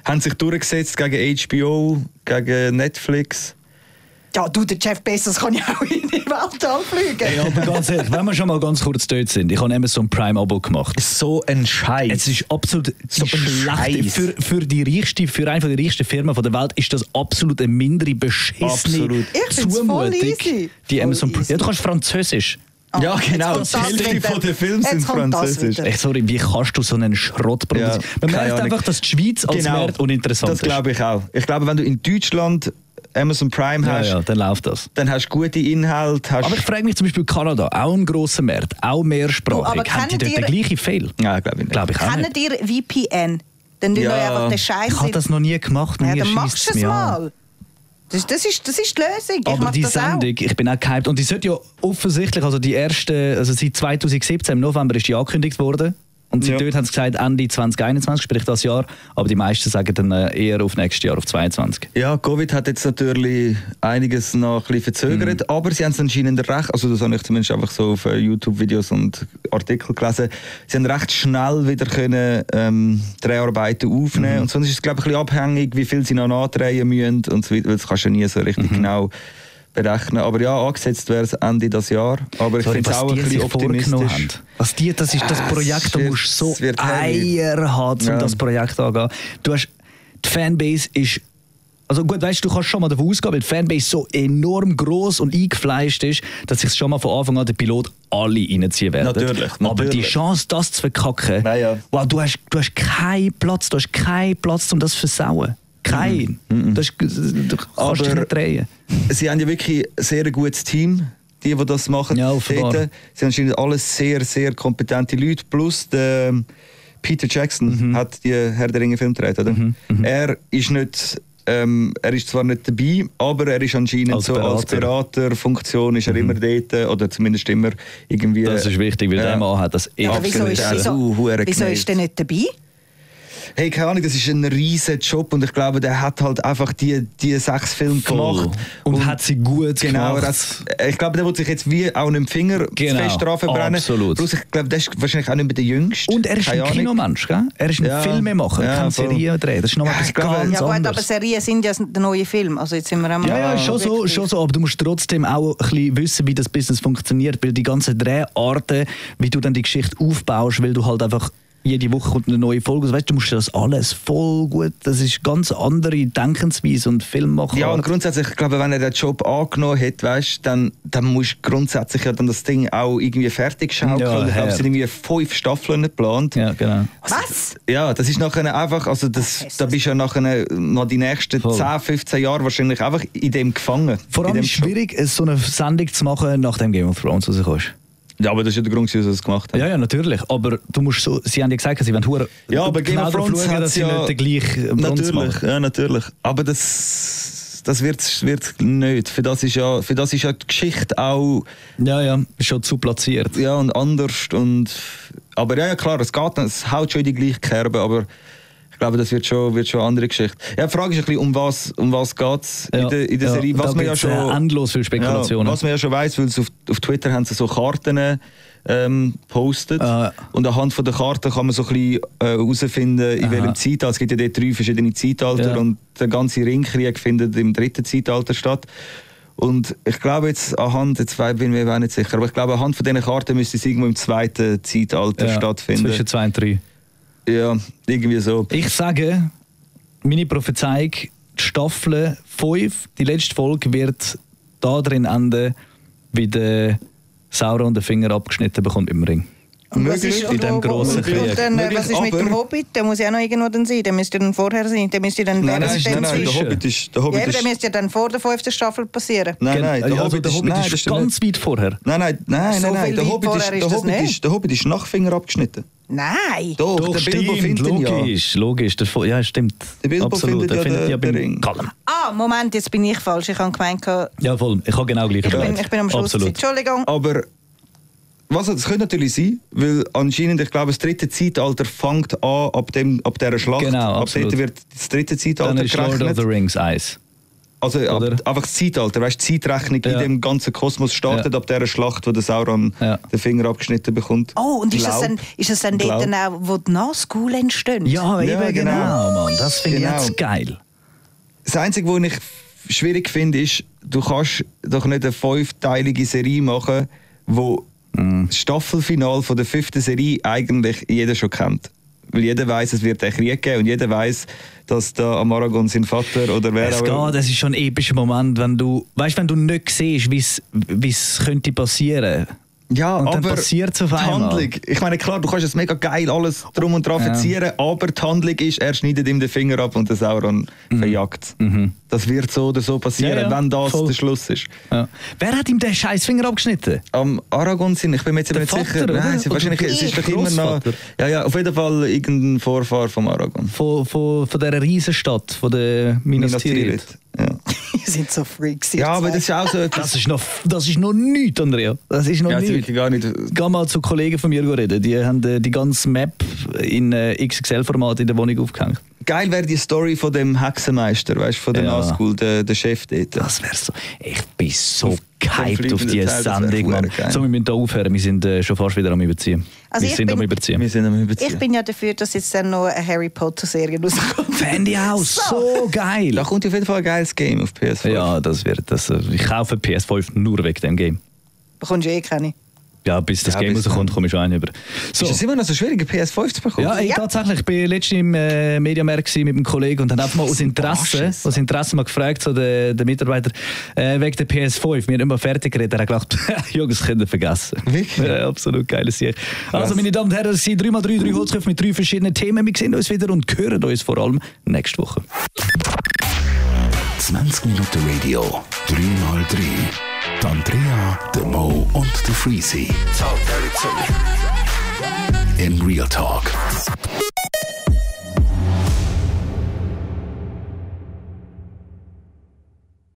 Speaker 2: Haben sich durchgesetzt gegen HBO, gegen Netflix.
Speaker 4: Ja, du, der Jeff Bezos kann ja auch in die Welt anfliegen.
Speaker 3: Ja, aber ganz ehrlich, wenn wir schon mal ganz kurz dort sind, ich habe Amazon Prime Abo gemacht.
Speaker 2: So ein Scheiß.
Speaker 3: Es ist absolut
Speaker 2: So
Speaker 3: die
Speaker 2: ein
Speaker 3: schlechte.
Speaker 2: Scheiß.
Speaker 3: Für, für die reichste, für eine der reichsten Firmen von der Welt ist das absolut eine mindere beschissene
Speaker 2: Absolut.
Speaker 4: Ich find's voll
Speaker 3: Zumutung.
Speaker 4: easy.
Speaker 3: Die
Speaker 4: Voll
Speaker 3: Amazon Prime.
Speaker 4: easy.
Speaker 3: Ja, du kannst Französisch.
Speaker 2: ja, genau.
Speaker 4: Oh, Jetzt
Speaker 2: Die
Speaker 4: kommt das
Speaker 2: Hälfte
Speaker 4: wieder.
Speaker 2: von den Filmen
Speaker 4: Jetzt
Speaker 2: sind
Speaker 4: kommt das
Speaker 2: französisch.
Speaker 4: wieder.
Speaker 3: Echt, sorry, wie kannst du so einen Schrott produzieren?
Speaker 2: Ja,
Speaker 3: Man
Speaker 2: keine
Speaker 3: merkt
Speaker 2: Ahnung.
Speaker 3: einfach, dass die Schweiz als
Speaker 2: Genau.
Speaker 3: Wert uninteressant
Speaker 2: Das glaube ich auch. Ich glaube, wenn du in Deutschland Amazon Prime
Speaker 3: ist. Ja,
Speaker 2: hast,
Speaker 3: ja, dann läuft das.
Speaker 2: dann hast du gute Inhalte. Hast
Speaker 3: Aber ich frage mich zum Beispiel Kanada, auch ein grosser Markt, auch mehrsprachig.
Speaker 4: Du,
Speaker 3: Haben
Speaker 4: aber
Speaker 3: die
Speaker 4: kennen
Speaker 3: dort den
Speaker 4: die-
Speaker 3: gleichen Fehler?
Speaker 2: ja, glaube ich nicht.
Speaker 3: Glaube ich auch
Speaker 4: Kennt
Speaker 3: nicht.
Speaker 4: ihr VPN? Dann tun
Speaker 2: Ja.
Speaker 4: wir einfach den
Speaker 3: Ich
Speaker 4: Scheiß.
Speaker 3: habe das noch nie gemacht.
Speaker 4: ja,
Speaker 3: Mir
Speaker 4: dann
Speaker 3: schiesst's
Speaker 4: machst du es
Speaker 3: mich an.
Speaker 4: mal. Das, das, ist, das ist die Lösung. ich
Speaker 3: Aber
Speaker 4: mach
Speaker 3: die
Speaker 4: das
Speaker 3: Sendung, ich bin auch gehypt. Und die sollte ja offensichtlich, also die erste, also seit 2017, im November ist die angekündigt worden. Und sie
Speaker 2: Ja.
Speaker 3: dort haben sie gesagt, Ende 2021, sprich das Jahr. Aber die meisten sagen dann äh, eher auf nächstes Jahr, auf 22.
Speaker 2: Ja, Covid hat jetzt natürlich einiges noch ein bisschen verzögert,
Speaker 3: Mhm.
Speaker 2: aber sie haben es anscheinend recht, also das habe ich zumindest einfach so auf äh, YouTube-Videos und Artikel gelesen, sie haben recht schnell wieder können ähm, Dreharbeiten aufnehmen
Speaker 3: Mhm.
Speaker 2: und sonst ist es glaube ich ein bisschen abhängig, wie viel sie noch nachdrehen müssen und so weiter, weil das kannst du ja nie so richtig
Speaker 3: Mhm.
Speaker 2: genau berechnen. Aber ja, angesetzt wäre es Ende dieses Jahr, aber ich
Speaker 3: Sorry,
Speaker 2: finde es auch ein
Speaker 3: die
Speaker 2: bisschen
Speaker 3: sich vorgenommen haben.
Speaker 2: optimistisch.
Speaker 3: Was die, das ist das
Speaker 2: Ah,
Speaker 3: Projekt,
Speaker 2: es
Speaker 3: da
Speaker 2: wird-
Speaker 3: musst du so
Speaker 2: es wird heavy.
Speaker 3: Eier haben, um
Speaker 2: Ja.
Speaker 3: das Projekt angehen. Du hast, die Fanbase ist, also gut, weißt du, du kannst schon mal davon ausgehen, weil die Fanbase so enorm groß und eingefleischt ist, dass sich schon mal von Anfang an der Pilot alle reinziehen werden.
Speaker 2: Natürlich,
Speaker 3: Aber die
Speaker 2: natürlich.
Speaker 3: Chance, das zu verkacken,
Speaker 2: Nein, ja.
Speaker 3: wow, du hast, du hast keinen Platz, du hast keinen Platz, um das zu versauen. Kein. Du, hast, du kannst dich
Speaker 2: Mhm, Aber-
Speaker 3: nicht drehen.
Speaker 2: Sie haben ja wirklich ein sehr gutes Team, die, die das machen.
Speaker 3: Ja, offenbar.
Speaker 2: Dort. Sie haben anscheinend alles sehr, sehr kompetente Leute. Plus der ähm, Peter Jackson
Speaker 3: Mhm.
Speaker 2: hat die Herr der Ringe Film gedreht, oder? Er ist nicht. Ähm, er ist zwar nicht dabei, aber er ist anscheinend
Speaker 3: Als Mhm.
Speaker 2: so als Beraterfunktion ist er immer dort oder zumindest immer irgendwie. äh,
Speaker 3: Das ist wichtig, weil
Speaker 2: Ja.
Speaker 3: der Mann hat das
Speaker 4: auch. Ja, aber wieso
Speaker 2: absolut.
Speaker 4: ist,
Speaker 2: Also,
Speaker 4: wieso,
Speaker 2: uh, hure
Speaker 4: wieso
Speaker 2: gemein.
Speaker 4: ist der nicht dabei?
Speaker 2: Hey, keine Ahnung, das ist ein riesen Job und ich glaube, der hat halt einfach die, die sechs Filme
Speaker 3: Voll.
Speaker 2: gemacht.
Speaker 3: Und, hat sie gut
Speaker 2: Genau,
Speaker 3: gemacht.
Speaker 2: er hat's- ich glaube, der wird sich jetzt wie auch einen Finger
Speaker 3: Genau,
Speaker 2: fest dran verbrennen.
Speaker 3: absolut.
Speaker 2: Plus, ich glaube, der ist wahrscheinlich auch nicht mehr der Jüngste.
Speaker 3: Und er ist
Speaker 2: Keine
Speaker 3: ein
Speaker 2: Ahnung.
Speaker 3: Kinomensch, gell? Er ist ein
Speaker 2: Ja.
Speaker 3: Filmemacher,
Speaker 2: Ja,
Speaker 3: er kann
Speaker 2: voll.
Speaker 3: Serien drehen. Das ist nochmal
Speaker 2: Ja,
Speaker 3: etwas
Speaker 2: ich glaube,
Speaker 3: ganz
Speaker 2: ja
Speaker 4: Ja gut, aber
Speaker 3: anderes.
Speaker 4: Serien sind ja der neue Film. Also jetzt sind wir einmal
Speaker 3: Ja, ja, ist schon so,
Speaker 4: objektiv.
Speaker 3: schon so, aber du musst trotzdem auch ein bisschen wissen, wie das Business funktioniert, weil die ganzen Dreharten, wie du dann die Geschichte aufbaust, weil du halt einfach jede Woche kommt eine neue Folge, also, weißt, du du musst das alles voll gut, das ist ganz andere Denkensweise und Filmmacher.
Speaker 2: Ja, und grundsätzlich, ich glaube, wenn er den Job angenommen hat, weißt, dann, dann musst du grundsätzlich ja dann das Ding auch irgendwie fertig schaukeln.
Speaker 3: Ja,
Speaker 2: ich glaube, es
Speaker 3: hart.
Speaker 2: sind irgendwie fünf Staffeln geplant.
Speaker 3: ja, genau.
Speaker 4: Was?
Speaker 2: Ja, das ist nachher einfach, also das, da bist du ja nachher noch die nächsten
Speaker 3: Voll.
Speaker 2: 10, 15 Jahre wahrscheinlich einfach in dem gefangen.
Speaker 3: Vor allem
Speaker 2: in
Speaker 3: ist
Speaker 2: dem
Speaker 3: es schwierig, so eine Sendung zu machen, nachdem Game of Thrones rausgekommen ist.
Speaker 2: Job. Ja, aber das ist ja der Grund, wieso sie es gemacht haben.
Speaker 3: Ja, ja, natürlich. Aber du musst so, sie haben ja gesagt, sie wollen hure
Speaker 2: Ja, aber Game
Speaker 3: genau
Speaker 2: of Thrones
Speaker 3: darauf schauen,
Speaker 2: hat's
Speaker 3: dass sie
Speaker 2: ja-
Speaker 3: nicht den gleichen Bronze machen.
Speaker 2: Natürlich, ja, natürlich. Aber das, das wird es nicht. Für das, ist ja, für das ist ja die Geschichte auch
Speaker 3: Ja, ja, ist schon zu platziert.
Speaker 2: ja, und anders. Und, aber ja, ja, klar, es geht, es haut schon in die gleiche Kerbe, aber ich glaube, das wird schon, wird schon eine andere Geschichte. Ja, die Frage ist ein bisschen, um was, um was geht es in
Speaker 3: Ja,
Speaker 2: der, in der
Speaker 3: ja,
Speaker 2: Serie,
Speaker 3: da
Speaker 2: was man ja
Speaker 3: gibt's,
Speaker 2: schon...
Speaker 3: äh, endlos viele Spekulationen.
Speaker 2: Ja, was man ja schon weiss, weil es auf, auf Twitter haben sie so Karten ähm, postet
Speaker 3: Ah.
Speaker 2: und anhand von der Karten kann man so ein bisschen äh, herausfinden, in
Speaker 3: Aha.
Speaker 2: welchem Zeitalter, es gibt ja dort drei verschiedene Zeitalter
Speaker 3: Ja.
Speaker 2: und der ganze Ringkrieg findet im dritten Zeitalter statt. Und ich glaube jetzt anhand, jetzt we- bin ich mir auch nicht sicher, aber ich glaube anhand von diesen Karten müsste es irgendwo im zweiten Zeitalter
Speaker 3: Ja,
Speaker 2: stattfinden.
Speaker 3: Zwischen zwei und drei.
Speaker 2: ja, irgendwie so.
Speaker 3: Ich sage, meine Prophezeiung, die Staffel 5, die letzte Folge, wird da drin enden, wie der Sauron den Finger abgeschnitten bekommt im Ring.
Speaker 4: Und was
Speaker 2: Möglich,
Speaker 4: ist-
Speaker 3: in dem
Speaker 4: wo- wo-
Speaker 3: grossen
Speaker 4: und
Speaker 3: Krieg.
Speaker 4: dann, äh,
Speaker 2: Möglich,
Speaker 4: Was ist mit
Speaker 2: aber-
Speaker 4: dem Hobbit? Der muss ja auch noch irgendwo dann sein. Der müsste dann vorher sein. Der müsste dann
Speaker 2: Nein,
Speaker 4: während
Speaker 2: nein,
Speaker 4: es
Speaker 2: nein,
Speaker 4: dann
Speaker 2: nein, der
Speaker 3: zwischen.
Speaker 2: Hobbit ist... Der Hobbit
Speaker 4: Ja, eben, der
Speaker 2: ist
Speaker 4: müsste ja dann vor der fünften Staffel passieren.
Speaker 2: nein, nein,
Speaker 3: also der Hobbit
Speaker 2: nein, das
Speaker 3: ist
Speaker 2: stimmt nicht.
Speaker 3: ganz weit vorher.
Speaker 2: Nein, nein, nein,
Speaker 4: So
Speaker 2: nein, nein.
Speaker 4: viel
Speaker 2: Der
Speaker 4: weit
Speaker 2: Hobbit, ist,
Speaker 4: vorher ist
Speaker 2: der,
Speaker 4: das
Speaker 2: Hobbit
Speaker 4: nicht.
Speaker 2: ist, der Hobbit ist Nachfinger abgeschnitten.
Speaker 4: Nein!
Speaker 2: Doch, der Bilbo findet ihn ja.
Speaker 3: logisch, logisch. Der, Fo- ja, stimmt.
Speaker 2: Der Bilbo
Speaker 3: Absolut.
Speaker 2: findet
Speaker 3: er
Speaker 2: ja
Speaker 3: findet
Speaker 2: den-
Speaker 3: ja beim
Speaker 2: den Ring.
Speaker 3: Gollum.
Speaker 4: Ah, Moment, jetzt bin ich falsch. Ich habe gemeint,
Speaker 3: Ja, voll. Ich habe genau gleich
Speaker 4: ich, bin,
Speaker 3: überlegt.
Speaker 4: ich bin am Schluss. gewesen.
Speaker 3: Absolut.
Speaker 4: Entschuldigung.
Speaker 2: Aber was, das könnte natürlich sein, weil anscheinend, ich glaube, das dritte Zeitalter fängt an ab, dem, ab dieser Schlacht.
Speaker 3: Genau,
Speaker 2: ab
Speaker 3: absolut.
Speaker 2: dort wird das dritte
Speaker 3: Dann
Speaker 2: Zeitalter
Speaker 3: ist Lord of the
Speaker 2: gerechnet.
Speaker 3: Rings eins.
Speaker 2: Also ab,
Speaker 3: oder?
Speaker 2: einfach das Zeitalter, weißt du, die Zeitrechnung in
Speaker 3: Ja.
Speaker 2: dem ganzen Kosmos startet
Speaker 3: Ja.
Speaker 2: ab dieser Schlacht, wo der Sauron
Speaker 3: Ja.
Speaker 2: den Finger abgeschnitten bekommt.
Speaker 4: Oh, und ist das
Speaker 2: Glaub.
Speaker 4: dann, ist das dann dort
Speaker 2: Glaub.
Speaker 4: dann auch, wo die Nahschool entsteht?
Speaker 3: Ja,
Speaker 2: Ja,
Speaker 3: eben genau,
Speaker 2: genau.
Speaker 3: Mann. Das finde
Speaker 2: Genau.
Speaker 3: ich jetzt geil.
Speaker 2: Das Einzige, was ich schwierig finde, ist, du kannst doch nicht eine fünfteilige Serie machen, wo das Staffelfinal von der fünften Serie eigentlich jeder schon kennt. Weil jeder weiß, es wird einen Krieg geben und jeder weiß, dass da am Aragon sein Vater oder wer
Speaker 3: Es
Speaker 2: auch
Speaker 3: geht, es ist schon ein epischer Moment, wenn du, weißt, wenn du nicht siehst, wie es könnte passieren.
Speaker 2: Ja,
Speaker 3: Und dann
Speaker 2: aber
Speaker 3: passiert's auf
Speaker 2: die
Speaker 3: einmal.
Speaker 2: Handlung. Ich meine, klar, du kannst es mega geil alles drum und dran
Speaker 3: Ja.
Speaker 2: verzieren, aber die Handlung ist, er schneidet ihm den Finger ab und der Sauron verjagt. Das wird so oder so passieren,
Speaker 3: Mhm. Ja, ja,
Speaker 2: wenn das
Speaker 3: voll.
Speaker 2: der Schluss ist.
Speaker 3: Ja. Wer hat ihm den scheiß Finger abgeschnitten?
Speaker 2: am Aragon sind. Ich bin mir jetzt
Speaker 3: Der
Speaker 2: eben nicht
Speaker 3: Vater,
Speaker 2: sicher.
Speaker 3: oder?
Speaker 2: Nein, es ist
Speaker 3: Oder
Speaker 2: wahrscheinlich es ist doch immer noch.
Speaker 3: Großvater?
Speaker 2: Ja, ja, auf jeden Fall irgendein Vorfahr vom Aragon.
Speaker 3: Von, von, von dieser Riesenstadt, von der Minas, Tirith.
Speaker 2: Ja.
Speaker 4: Die sind so freaks.
Speaker 2: ja, aber das ist auch so
Speaker 3: Das
Speaker 2: etwas.
Speaker 3: ist noch, das ist noch nichts, Andrea. Das ist noch
Speaker 2: Ja, das ist
Speaker 3: nichts.
Speaker 2: wirklich gar nicht.
Speaker 3: Geh mal zu Kollegen von mir reden. Die haben äh, die ganze Map in äh, XXL-Format in der Wohnung aufgehängt.
Speaker 2: Geil wäre die Story von dem Hexenmeister, weißt du, von der
Speaker 3: Ja.
Speaker 2: Nazgul, der, der Chef dort.
Speaker 3: Das wär so. Ich bin so gehypt
Speaker 2: fliegenden
Speaker 3: auf diese
Speaker 2: Teil, das wär
Speaker 3: Sendung, Mann.
Speaker 2: verdammt geil.
Speaker 3: So, wir müssen hier aufhören. Wir sind äh, schon fast wieder am Überziehen.
Speaker 4: Also
Speaker 3: wir
Speaker 4: ich
Speaker 3: sind
Speaker 4: bin-
Speaker 3: am Überziehen.
Speaker 2: Wir sind am Überziehen.
Speaker 4: ich bin ja dafür, dass jetzt dann noch eine Harry Potter-Serie rauskommt.
Speaker 3: Fände ich auch so geil.
Speaker 2: Da kommt auf jeden Fall ein geiles Game auf PS5.
Speaker 3: Ja, das wird. Das, äh, ich kaufe PS5 nur wegen dem Game.
Speaker 4: Bekommst du eh keine.
Speaker 3: Ja, bis das
Speaker 2: Ja,
Speaker 3: Game
Speaker 2: bis
Speaker 3: rauskommt,
Speaker 2: dann.
Speaker 3: komme ich schon einen über. So.
Speaker 2: Ist es immer noch so schwierig, eine PS5 zu bekommen?
Speaker 3: Ja, ey,
Speaker 4: Ja.
Speaker 3: tatsächlich. Ich war letztens im äh, Mediamarkt gewesen mit einem Kollegen und habe einfach mal aus Interesse,
Speaker 2: Arsch,
Speaker 3: aus Interesse mal gefragt, so den, den Mitarbeiter, äh, wegen der PS5. Wir haben immer fertig geredet. Er hat gedacht, Jungs, könnt ihr vergessen.
Speaker 2: Wirklich?
Speaker 3: Ja, absolut geiles Sieg. Also, meine Damen und Herren, es sind 3x3, 3 Holzköpfe mit drei verschiedenen Themen. Wir sehen uns wieder und hören uns vor allem nächste Woche.
Speaker 1: 20 Minuten Radio, 3x3. Die Andrea, der Mo und der Freezy. In Real Talk.